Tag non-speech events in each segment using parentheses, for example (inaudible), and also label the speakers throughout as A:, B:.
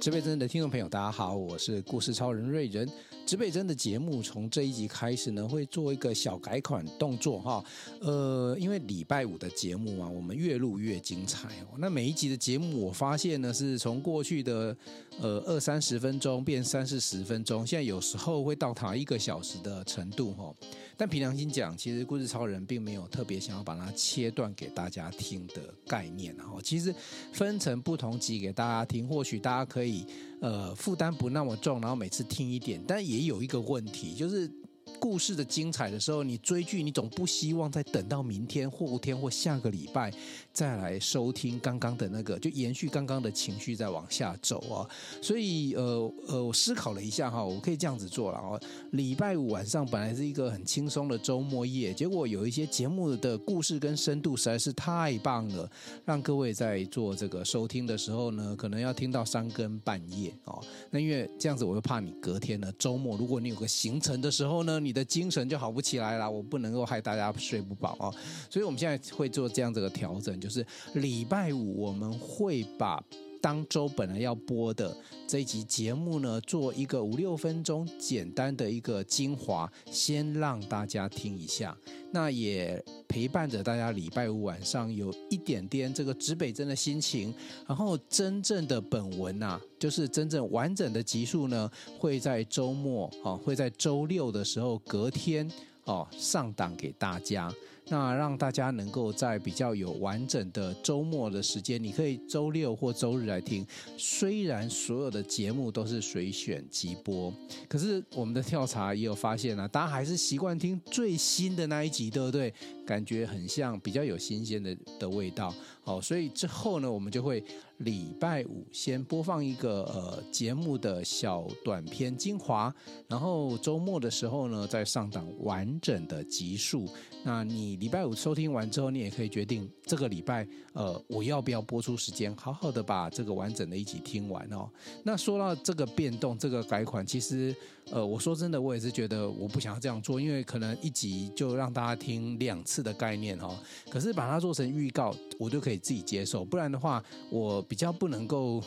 A: 植北真的听众朋友，大家好，我是故事超人瑞仁。植北真的节目从这一集开始呢，会做一个小改款动作哈。呃，因为礼拜五的节目啊，我们越录越精彩哦。那每一集的节目，我发现呢，是从过去的呃二三十分钟变三四十分钟，现在有时候会到达一个小时的程度哈。但凭良心讲，其实故事超人并没有特别想要把它切断给大家听的概念哈。其实分成不同集给大家听，或许大家可以呃负担不那么重，然后每次听一点。但也有一个问题，就是故事的精彩的时候，你追剧，你总不希望再等到明天、后天或下个礼拜再来收听刚刚的那个，就延续刚刚的情绪再往下走啊。所以呃呃，我思考了一下哈，我可以这样子做了哦。礼拜五晚上本来是一个很轻松的周末夜，结果有一些节目的故事跟深度实在是太棒了，让各位在做这个收听的时候呢，可能要听到三更半夜哦。那因为这样子，我又怕你隔天呢，周末如果你有个行程的时候呢，你的精神就好不起来啦。我不能够害大家睡不饱哦，所以我们现在会做这样子的调整，就是礼拜五我们会把。当周本来要播的这一集节目呢，做一个五六分钟简单的一个精华，先让大家听一下。那也陪伴着大家礼拜五晚上有一点点这个指北针的心情，然后真正的本文呐、啊，就是真正完整的集数呢，会在周末啊，会在周六的时候隔天哦、啊、上档给大家。那让大家能够在比较有完整的周末的时间，你可以周六或周日来听。虽然所有的节目都是随选即播，可是我们的调查也有发现啊，大家还是习惯听最新的那一集，对不对？感觉很像比较有新鲜的的味道。好，所以之后呢，我们就会礼拜五先播放一个呃节目的小短片精华，然后周末的时候呢再上档完整的集数。那你。礼拜五收听完之后，你也可以决定这个礼拜，呃，我要不要播出时间，好好的把这个完整的一集听完哦。那说到这个变动，这个改款，其实，呃，我说真的，我也是觉得我不想要这样做，因为可能一集就让大家听两次的概念哦。可是把它做成预告，我就可以自己接受，不然的话，我比较不能够。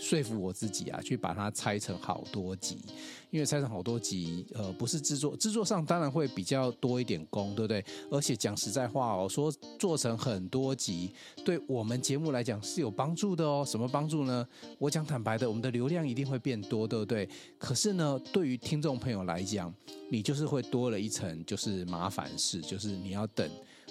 A: 说服我自己啊，去把它拆成好多集，因为拆成好多集，呃，不是制作制作上当然会比较多一点工，对不对？而且讲实在话哦，说做成很多集，对我们节目来讲是有帮助的哦。什么帮助呢？我讲坦白的，我们的流量一定会变多，对不对？可是呢，对于听众朋友来讲，你就是会多了一层就是麻烦事，就是你要等。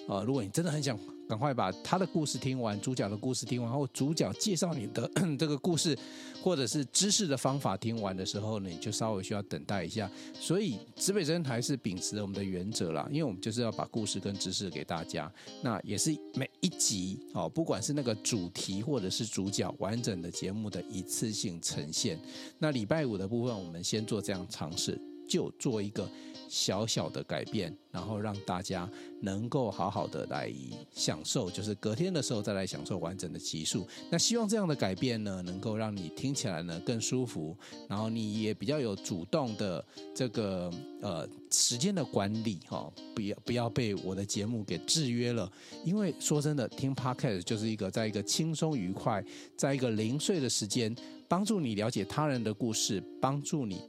A: 呃，如果你真的很想赶快把他的故事听完，主角的故事听完，或主角介绍你的 (clears throat) 这个故事，或者是知识的方法听完的时候呢，你就稍微需要等待一下。所以，植北真还是秉持我们的原则啦，因为我们就是要把故事跟知识给大家。那也是每一集哦，不管是那个主题或者是主角，完整的节目的一次性呈现。那礼拜五的部分，我们先做这样尝试。就做一个小小的改变，然后让大家能够好好的来享受，就是隔天的时候再来享受完整的集数。那希望这样的改变呢，能够让你听起来呢更舒服，然后你也比较有主动的这个呃时间的管理哈、哦，不要不要被我的节目给制约了。因为说真的，听 podcast 就是一个在一个轻松愉快，在一个零碎的时间，帮助你了解他人的故事，帮助你。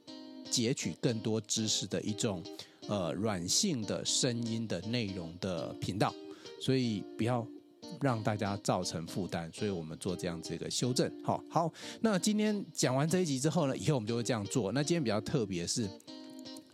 A: 截取更多知识的一种，呃，软性的声音的内容的频道，所以不要让大家造成负担，所以我们做这样子一个修正。好，好，那今天讲完这一集之后呢，以后我们就会这样做。那今天比较特别是，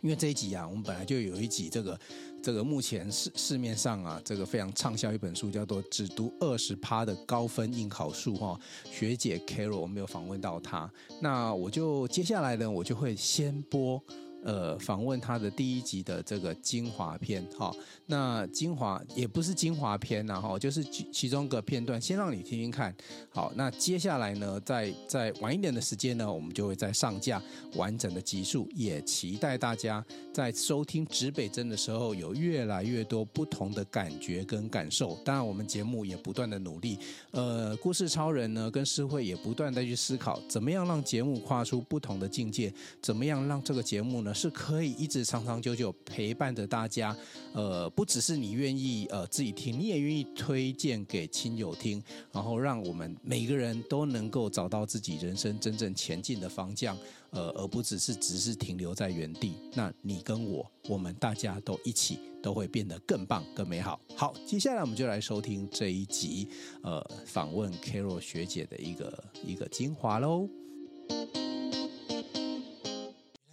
A: 因为这一集啊，我们本来就有一集这个。这个目前市市面上啊，这个非常畅销一本书，叫做《只读二十趴的高分应考术》哈、哦。学姐 Carol 我没有访问到她，那我就接下来呢，我就会先播呃访问她的第一集的这个精华篇哈、哦。那精华也不是精华篇然、啊、后、哦、就是其中个片段，先让你听听看。好，那接下来呢，在在晚一点的时间呢，我们就会再上架完整的集数，也期待大家在收听指北针的时候有。越来越多不同的感觉跟感受，当然我们节目也不断的努力，呃，故事超人呢跟诗慧也不断的去思考，怎么样让节目跨出不同的境界，怎么样让这个节目呢呢，是可以一直长长久久陪伴着大家。呃，不只是你愿意呃自己听，你也愿意推荐给亲友听，然后让我们每个人都能够找到自己人生真正前进的方向，呃，而不只是只是停留在原地。那你跟我，我们大家都一起都会变得更棒、更美好。好，接下来我们就来收听这一集呃访问 Carol 学姐的一个一个精华喽。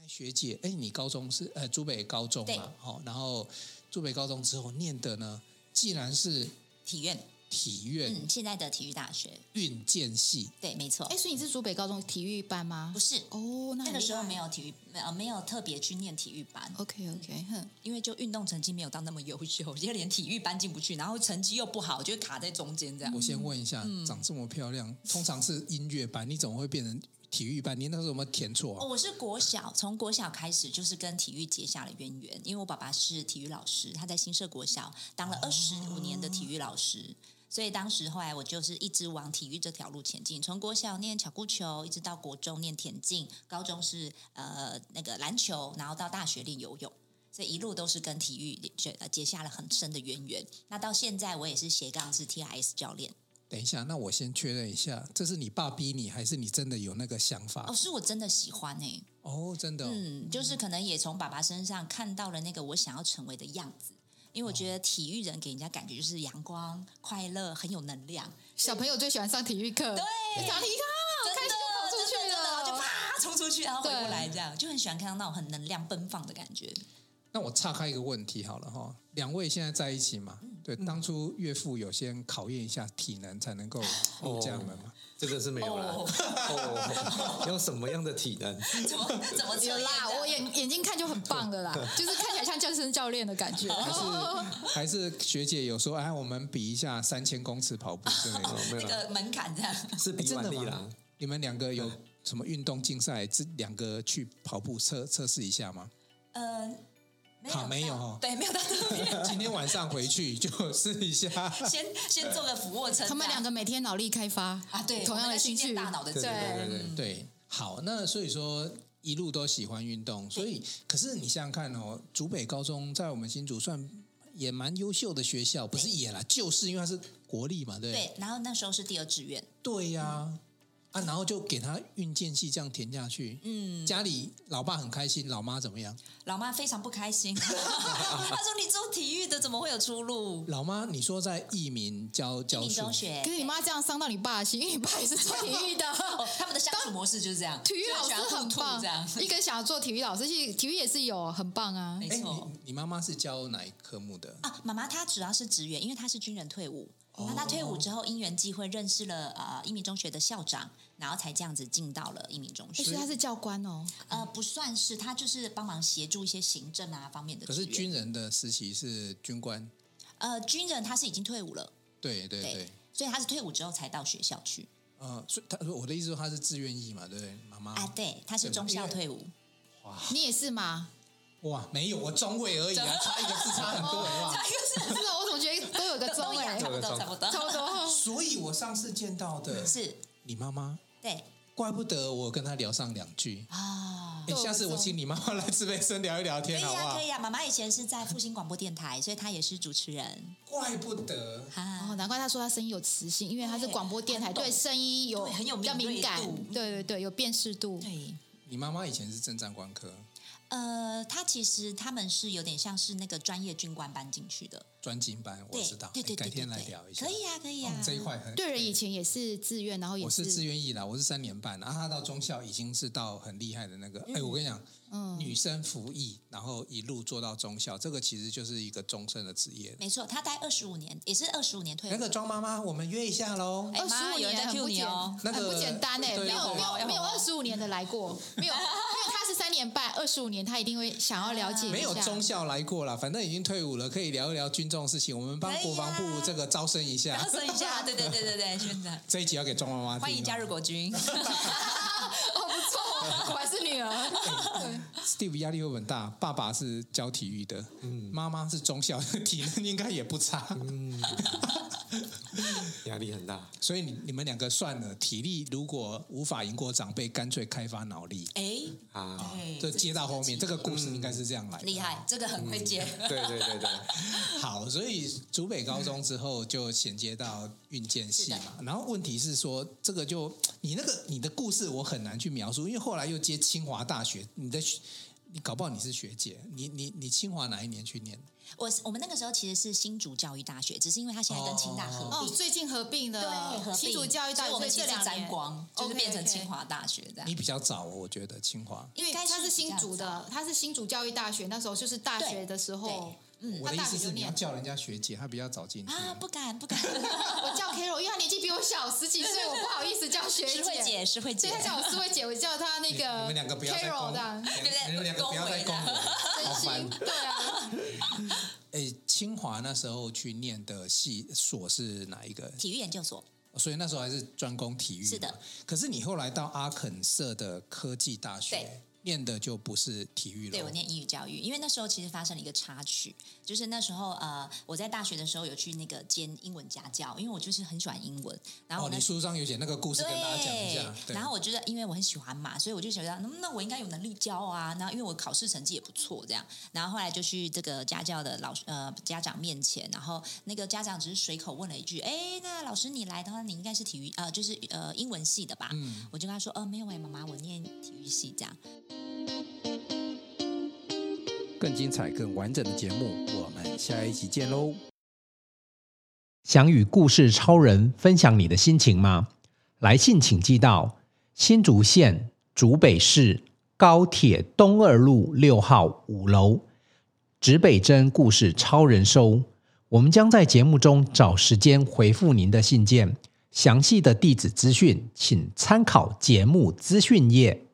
A: 学姐，哎，你高中是呃竹北高中
B: 对
A: 嘛？好、然后竹北高中之后念的呢，既然是
B: 体院，
A: 体院、
B: 嗯，现在的体育大学，
A: 运健系，
B: 对，没错
C: 哎、，所以你是竹北高中体育班吗
B: 不？是
C: 哦，那
B: 那个时候没
C: 有。
B: 有体育，呃，没有特别去念体育班，
C: OK OK，哼，
B: 因为就运动成绩没有到那么优秀， (laughs) 就连体育班进不去，然后成绩又不好，就卡在中间这样
C: 嗯
A: 我。
D: 嗯
A: 先问一下，长这么漂亮，通常是音乐班，你怎么会变成体育班？你那时候有没有填错啊、
B: 哦，我是国小，从国小开始就是跟体育结下了渊源，因为我爸爸是体育老师，他在新社国小当了二十五年的体育老师，所以当时后来我就是一直往体育这条路前进，从国小念巧固球，一直到国中念田径，高中是呃那个篮球，然后到大学练游泳。所以一路都是跟体育结呃结下了很深的渊源。那到现在我也是斜杠是 TIS 教练，
A: 等一下，那我先确认一下，这是你爸逼你，还是你真的有那个想法
B: 哦，？是我真的喜欢哎、
A: 哦，真的哦、
B: 嗯，就是可能也从爸爸身上看到了那个我想要成为的样子，因为我
C: 哦
B: 觉得体育人给人家感觉就是阳光、快乐，很有能量，
C: 小朋友最喜欢上体育课，对，打体育课，开
B: 真
C: 心
B: 的
C: 就跑
B: 真的
C: 出去
B: 真的然后就
C: 了。
B: 啪冲出去，然后回
C: 对
B: 过来，这样就很喜欢看到那种很能量奔放的感觉。
E: 那我岔开一个问题好了哈，两位现在在一起嘛？
D: 嗯
E: 对，当初岳父有先考验一下体能才能够入家门嘛？
D: 这个是没有啦。
B: 哦，
D: 哦，要什么样的体
B: (laughs)
D: 能？
B: 怎么怎么
C: (laughs) 有
B: 这
C: 啦，
B: 样？
C: 我眼眼睛看就很棒 (laughs) 的啦，就是看起来像健身教练的感 (laughs) 觉。
D: 哦
E: 还是学姐有说，哎，我们比一下三千公尺跑步之类的？哎
D: 哦没
B: 那
D: 有啦，
B: 个门槛这样，
D: 是比
E: 真
D: 腕
E: 的
D: 力嗯啦
E: 吗。你们两个有什么运动竞赛？这两个去跑步测测试一下吗？
B: 呃，没有
E: 好没有
B: 到
E: 哦
B: 对，没有到特
C: (laughs)
B: 别，
E: (laughs) 今天晚上回去就试一下。
B: 先先做个俯卧撑这样。
C: 他们两个每天脑力开发
B: 啊，对，
C: 同样
B: 我们在
C: 的兴
B: 训
C: 趣
B: 练，大脑的
D: 对对对对对，
E: 对，好，那所以说一路都喜欢运动，所以可是你想想看哦，竹北高中在我们新竹算也蛮优秀的学校，不是也啦，就是因为它是国立嘛，对不对？
B: 对，然后那时候是第二志愿，
E: 对呀、啊。然后就给他运建系这样填下去，嗯，家里老爸很开心，老妈怎么样？
B: 老妈非常不开
E: (laughs)
B: 心，她说：“你做体育的怎么会有出路
E: 老妈，你说在益民教？”
B: 一
E: 教
B: 民
E: 书
B: 中，学，
C: 可是你妈这样伤到你爸的心，因为你爸也是做体育的。 (laughs)
B: 哦，他们的相处模式就是这样，
C: 体育老师很
B: 就喜欢互吐
C: 棒
B: 这
C: (laughs)
B: 样，，
C: 一个想要做体育老师，其实体育也是有很棒啊。
B: 没
E: 哎，
B: 错
E: 你你妈妈是教哪一科目的？
B: 啊。妈妈她主要是职员，因为她是军人退伍，
E: 哦
B: 然后她退伍之后因缘际会认识了呃一民中学的校长，然后才这样子进到了一民中
C: 哎所以
B: 学
C: 他。是教官哦，
B: 呃，不算是，她就是帮忙协助一些行政啊方面的
E: 可
B: 职
E: 哦是
B: 员。
E: 军人的实习是军官，
B: 呃军人他是已经退伍了，
E: 对对
B: 对
E: 对，
B: 所以他是退伍之后才到学校去
E: 呃，所以他说我的意思说他是自愿意嘛，对不对？妈妈
B: 啊。对，他是
E: 对
B: 中校
E: 因为
B: 退伍，
C: 你也是吗？
E: 哇，没有，我中位而已
B: (laughs)
E: 啊，差一个字差很多，好
C: (laughs)
E: 不
B: 哦
E: 好？
C: 是的，我怎么觉得啊 (laughs) 都有个
B: 都
C: 中
B: 一
C: 哎、
B: 样，差不多差不多，
C: 差不多。
E: 所以我上次见到的
B: 是
E: 你妈妈，
B: 对
E: 怪不得我跟她聊上两句。
B: 啊。
E: 哎，下次我请你妈妈来自卑生聊一聊
B: 可
E: 天，
B: 以
E: 好不
B: 啊，
E: 好
B: 可？以啊。妈妈以前是在复兴广播电台，所以她也是主持人
E: 怪不得，
B: 啊。
C: 哦，难怪他说他声音有磁性，因为他是广播电台，
B: 对
C: 对声音有
B: 对很有
C: 比较
B: 敏锐
C: 敏感
B: 度，
C: 对对对，有辨识度。
B: 对，
E: 你妈妈以前是正战官科
B: 呃，她其实他们是有点像是那个专业军官班进去的，
E: 专精班，我
B: 对
E: 知道。
B: 对对对，
E: 哎改
B: 对
E: 天来
B: 对
E: 聊一下。
B: 可以啊，可以啊
E: 哦。这一块很。
C: 对人以前也是自愿，然后也
E: 我是自
C: 是
E: 愿意啦，我是三年半，然后她到中校已经是到很厉害的那个。哎，我跟你讲，
C: 嗯，
E: 女生服役，然后一路做到中校，这个其实就是一个终身的职业。
B: 没错，她待二十五年，也是二十五年退
E: 那
B: 伍
E: 个。庄妈妈，我们约一下喽。
B: 哎
C: 二十
B: 妈
C: 五
B: 有人
C: 年
B: 在
C: 很
B: cue
C: 不
B: 你
C: 简
B: 哦，
E: 那
C: 很
E: 个
C: 不简单哎，
E: 对啊
C: 没有
B: 要
C: 没
B: 要
C: 有没有
B: 要
C: 二十五年的来
E: (laughs)
C: 过，没有，因为他是三年半，二十五年他一定会想要了解
B: 哎
C: 一下。
E: 没有中校来过啦，反正已经退伍了，可以聊一聊军中的事情。我们帮
B: 可以啊
E: 国防部这个招生一下，
B: 然后所以一下，对对对对对，宣传
E: 这一集要给庄妈妈听哦
B: 欢迎加入。国军。
C: 哦，不错，
E: (laughs)
C: 果然是女儿。
E: 哎 Steve 压力会很大，爸爸 (laughs) 是教体育的，妈妈是中校，体能应该也不差。
D: 压力很大。
E: 所以你你们两个算了，体力如果无法赢过长辈，干脆开发脑力。
B: 哎，
D: 啊，
C: 嗯
B: 哎
E: 这接到后面，这个故事应该是这样来的。
B: 厉害，这个很会接。
D: 对对对对，
E: 好，所以竹北高中之后就衔接到运建系
B: 是
E: 嘛，然后问题是说，这个就你那个你的故事我很难去描述，因为后来又接清华大学，你的学你搞不好你是学姐，你你你清华哪一年去念？
B: 我我们那个时候其实是新竹教育大学，只是因为它现在跟清大合
C: 哦，
E: 嗯
B: 并，
C: 最近合并的
B: 对，合并
C: 新竹教育
B: 所
C: 大
B: 以
C: 学，
B: 我们其
C: 这
B: 实
C: 两
B: 沾
C: 年
B: 光，就是变成
C: OK，OK
B: 清华大学这
E: 你
B: 样。
E: 比较早哦，我觉得清华。
C: 因为
B: 应该
C: 他是
B: 是
C: 新
B: 这样
C: 竹
B: 子
C: 的，他是新竹教育大学，那时候就是大
B: 对
C: 学的时候
B: 对，
C: 嗯，
E: 我
C: 他
E: 的意
C: 大
E: 思
C: 学就是
E: 你要
C: 念。
E: 叫人家学姐，她比较早进去。
B: 啊，不敢不敢， (laughs)
C: (laughs) 我叫 Carol，因为她年纪比我小十几岁，我不好意思叫学
B: (laughs) 是会
C: 姐，
B: 姐是会
C: 所
B: 姐
C: 以，她叫我思慧姐，我叫她那
E: 你
C: 个
E: 们两个不要再
C: Carol
E: 恭
C: 这样，
E: 你们两个不要再恭
B: (laughs)
E: 维了，好
C: 真
E: 烦
C: 心。对啊，
E: 诶，清华那时候去念的系所是哪一个？
B: 体育研究所
E: 所以那时候还是专攻体育。
B: 是的。
E: 可是你后来到阿肯色的科技大学
B: 对，
E: 念的就不是体育了。
B: 对我念英语教育，因为那时候其实发生了一个插曲，就是那时候呃，我在大学的时候有去那个兼英文家教，因为我就是很喜欢英文，然后
E: 哦
B: 我，那
E: 你
B: 时候。
E: 书上有写那个故事，跟大家讲一下。对。
B: 然后我觉得，因为我很喜欢嘛，所以我就想到，嗯那我应该有能力教啊。那因为我考试成绩也不错，这样。然后后来就去这个家教的老师呃家长面前，然后那个家长只是随口问了一句：“哎，那老师你来的话，你应该是体育呃，就是呃英文系的吧？”
E: 嗯
B: 我就跟他说：“呃，没有哎、妈妈，我念体育系这样。”
A: 更精彩、更完整的节目，我们下一集见喽！想与故事超人分享你的心情吗？来信请寄到新竹县竹北市高铁东二路六号五楼，指北针故事超人收。我们将在节目中找时间回复您的信件，详细的地址资讯请参考节目资讯页。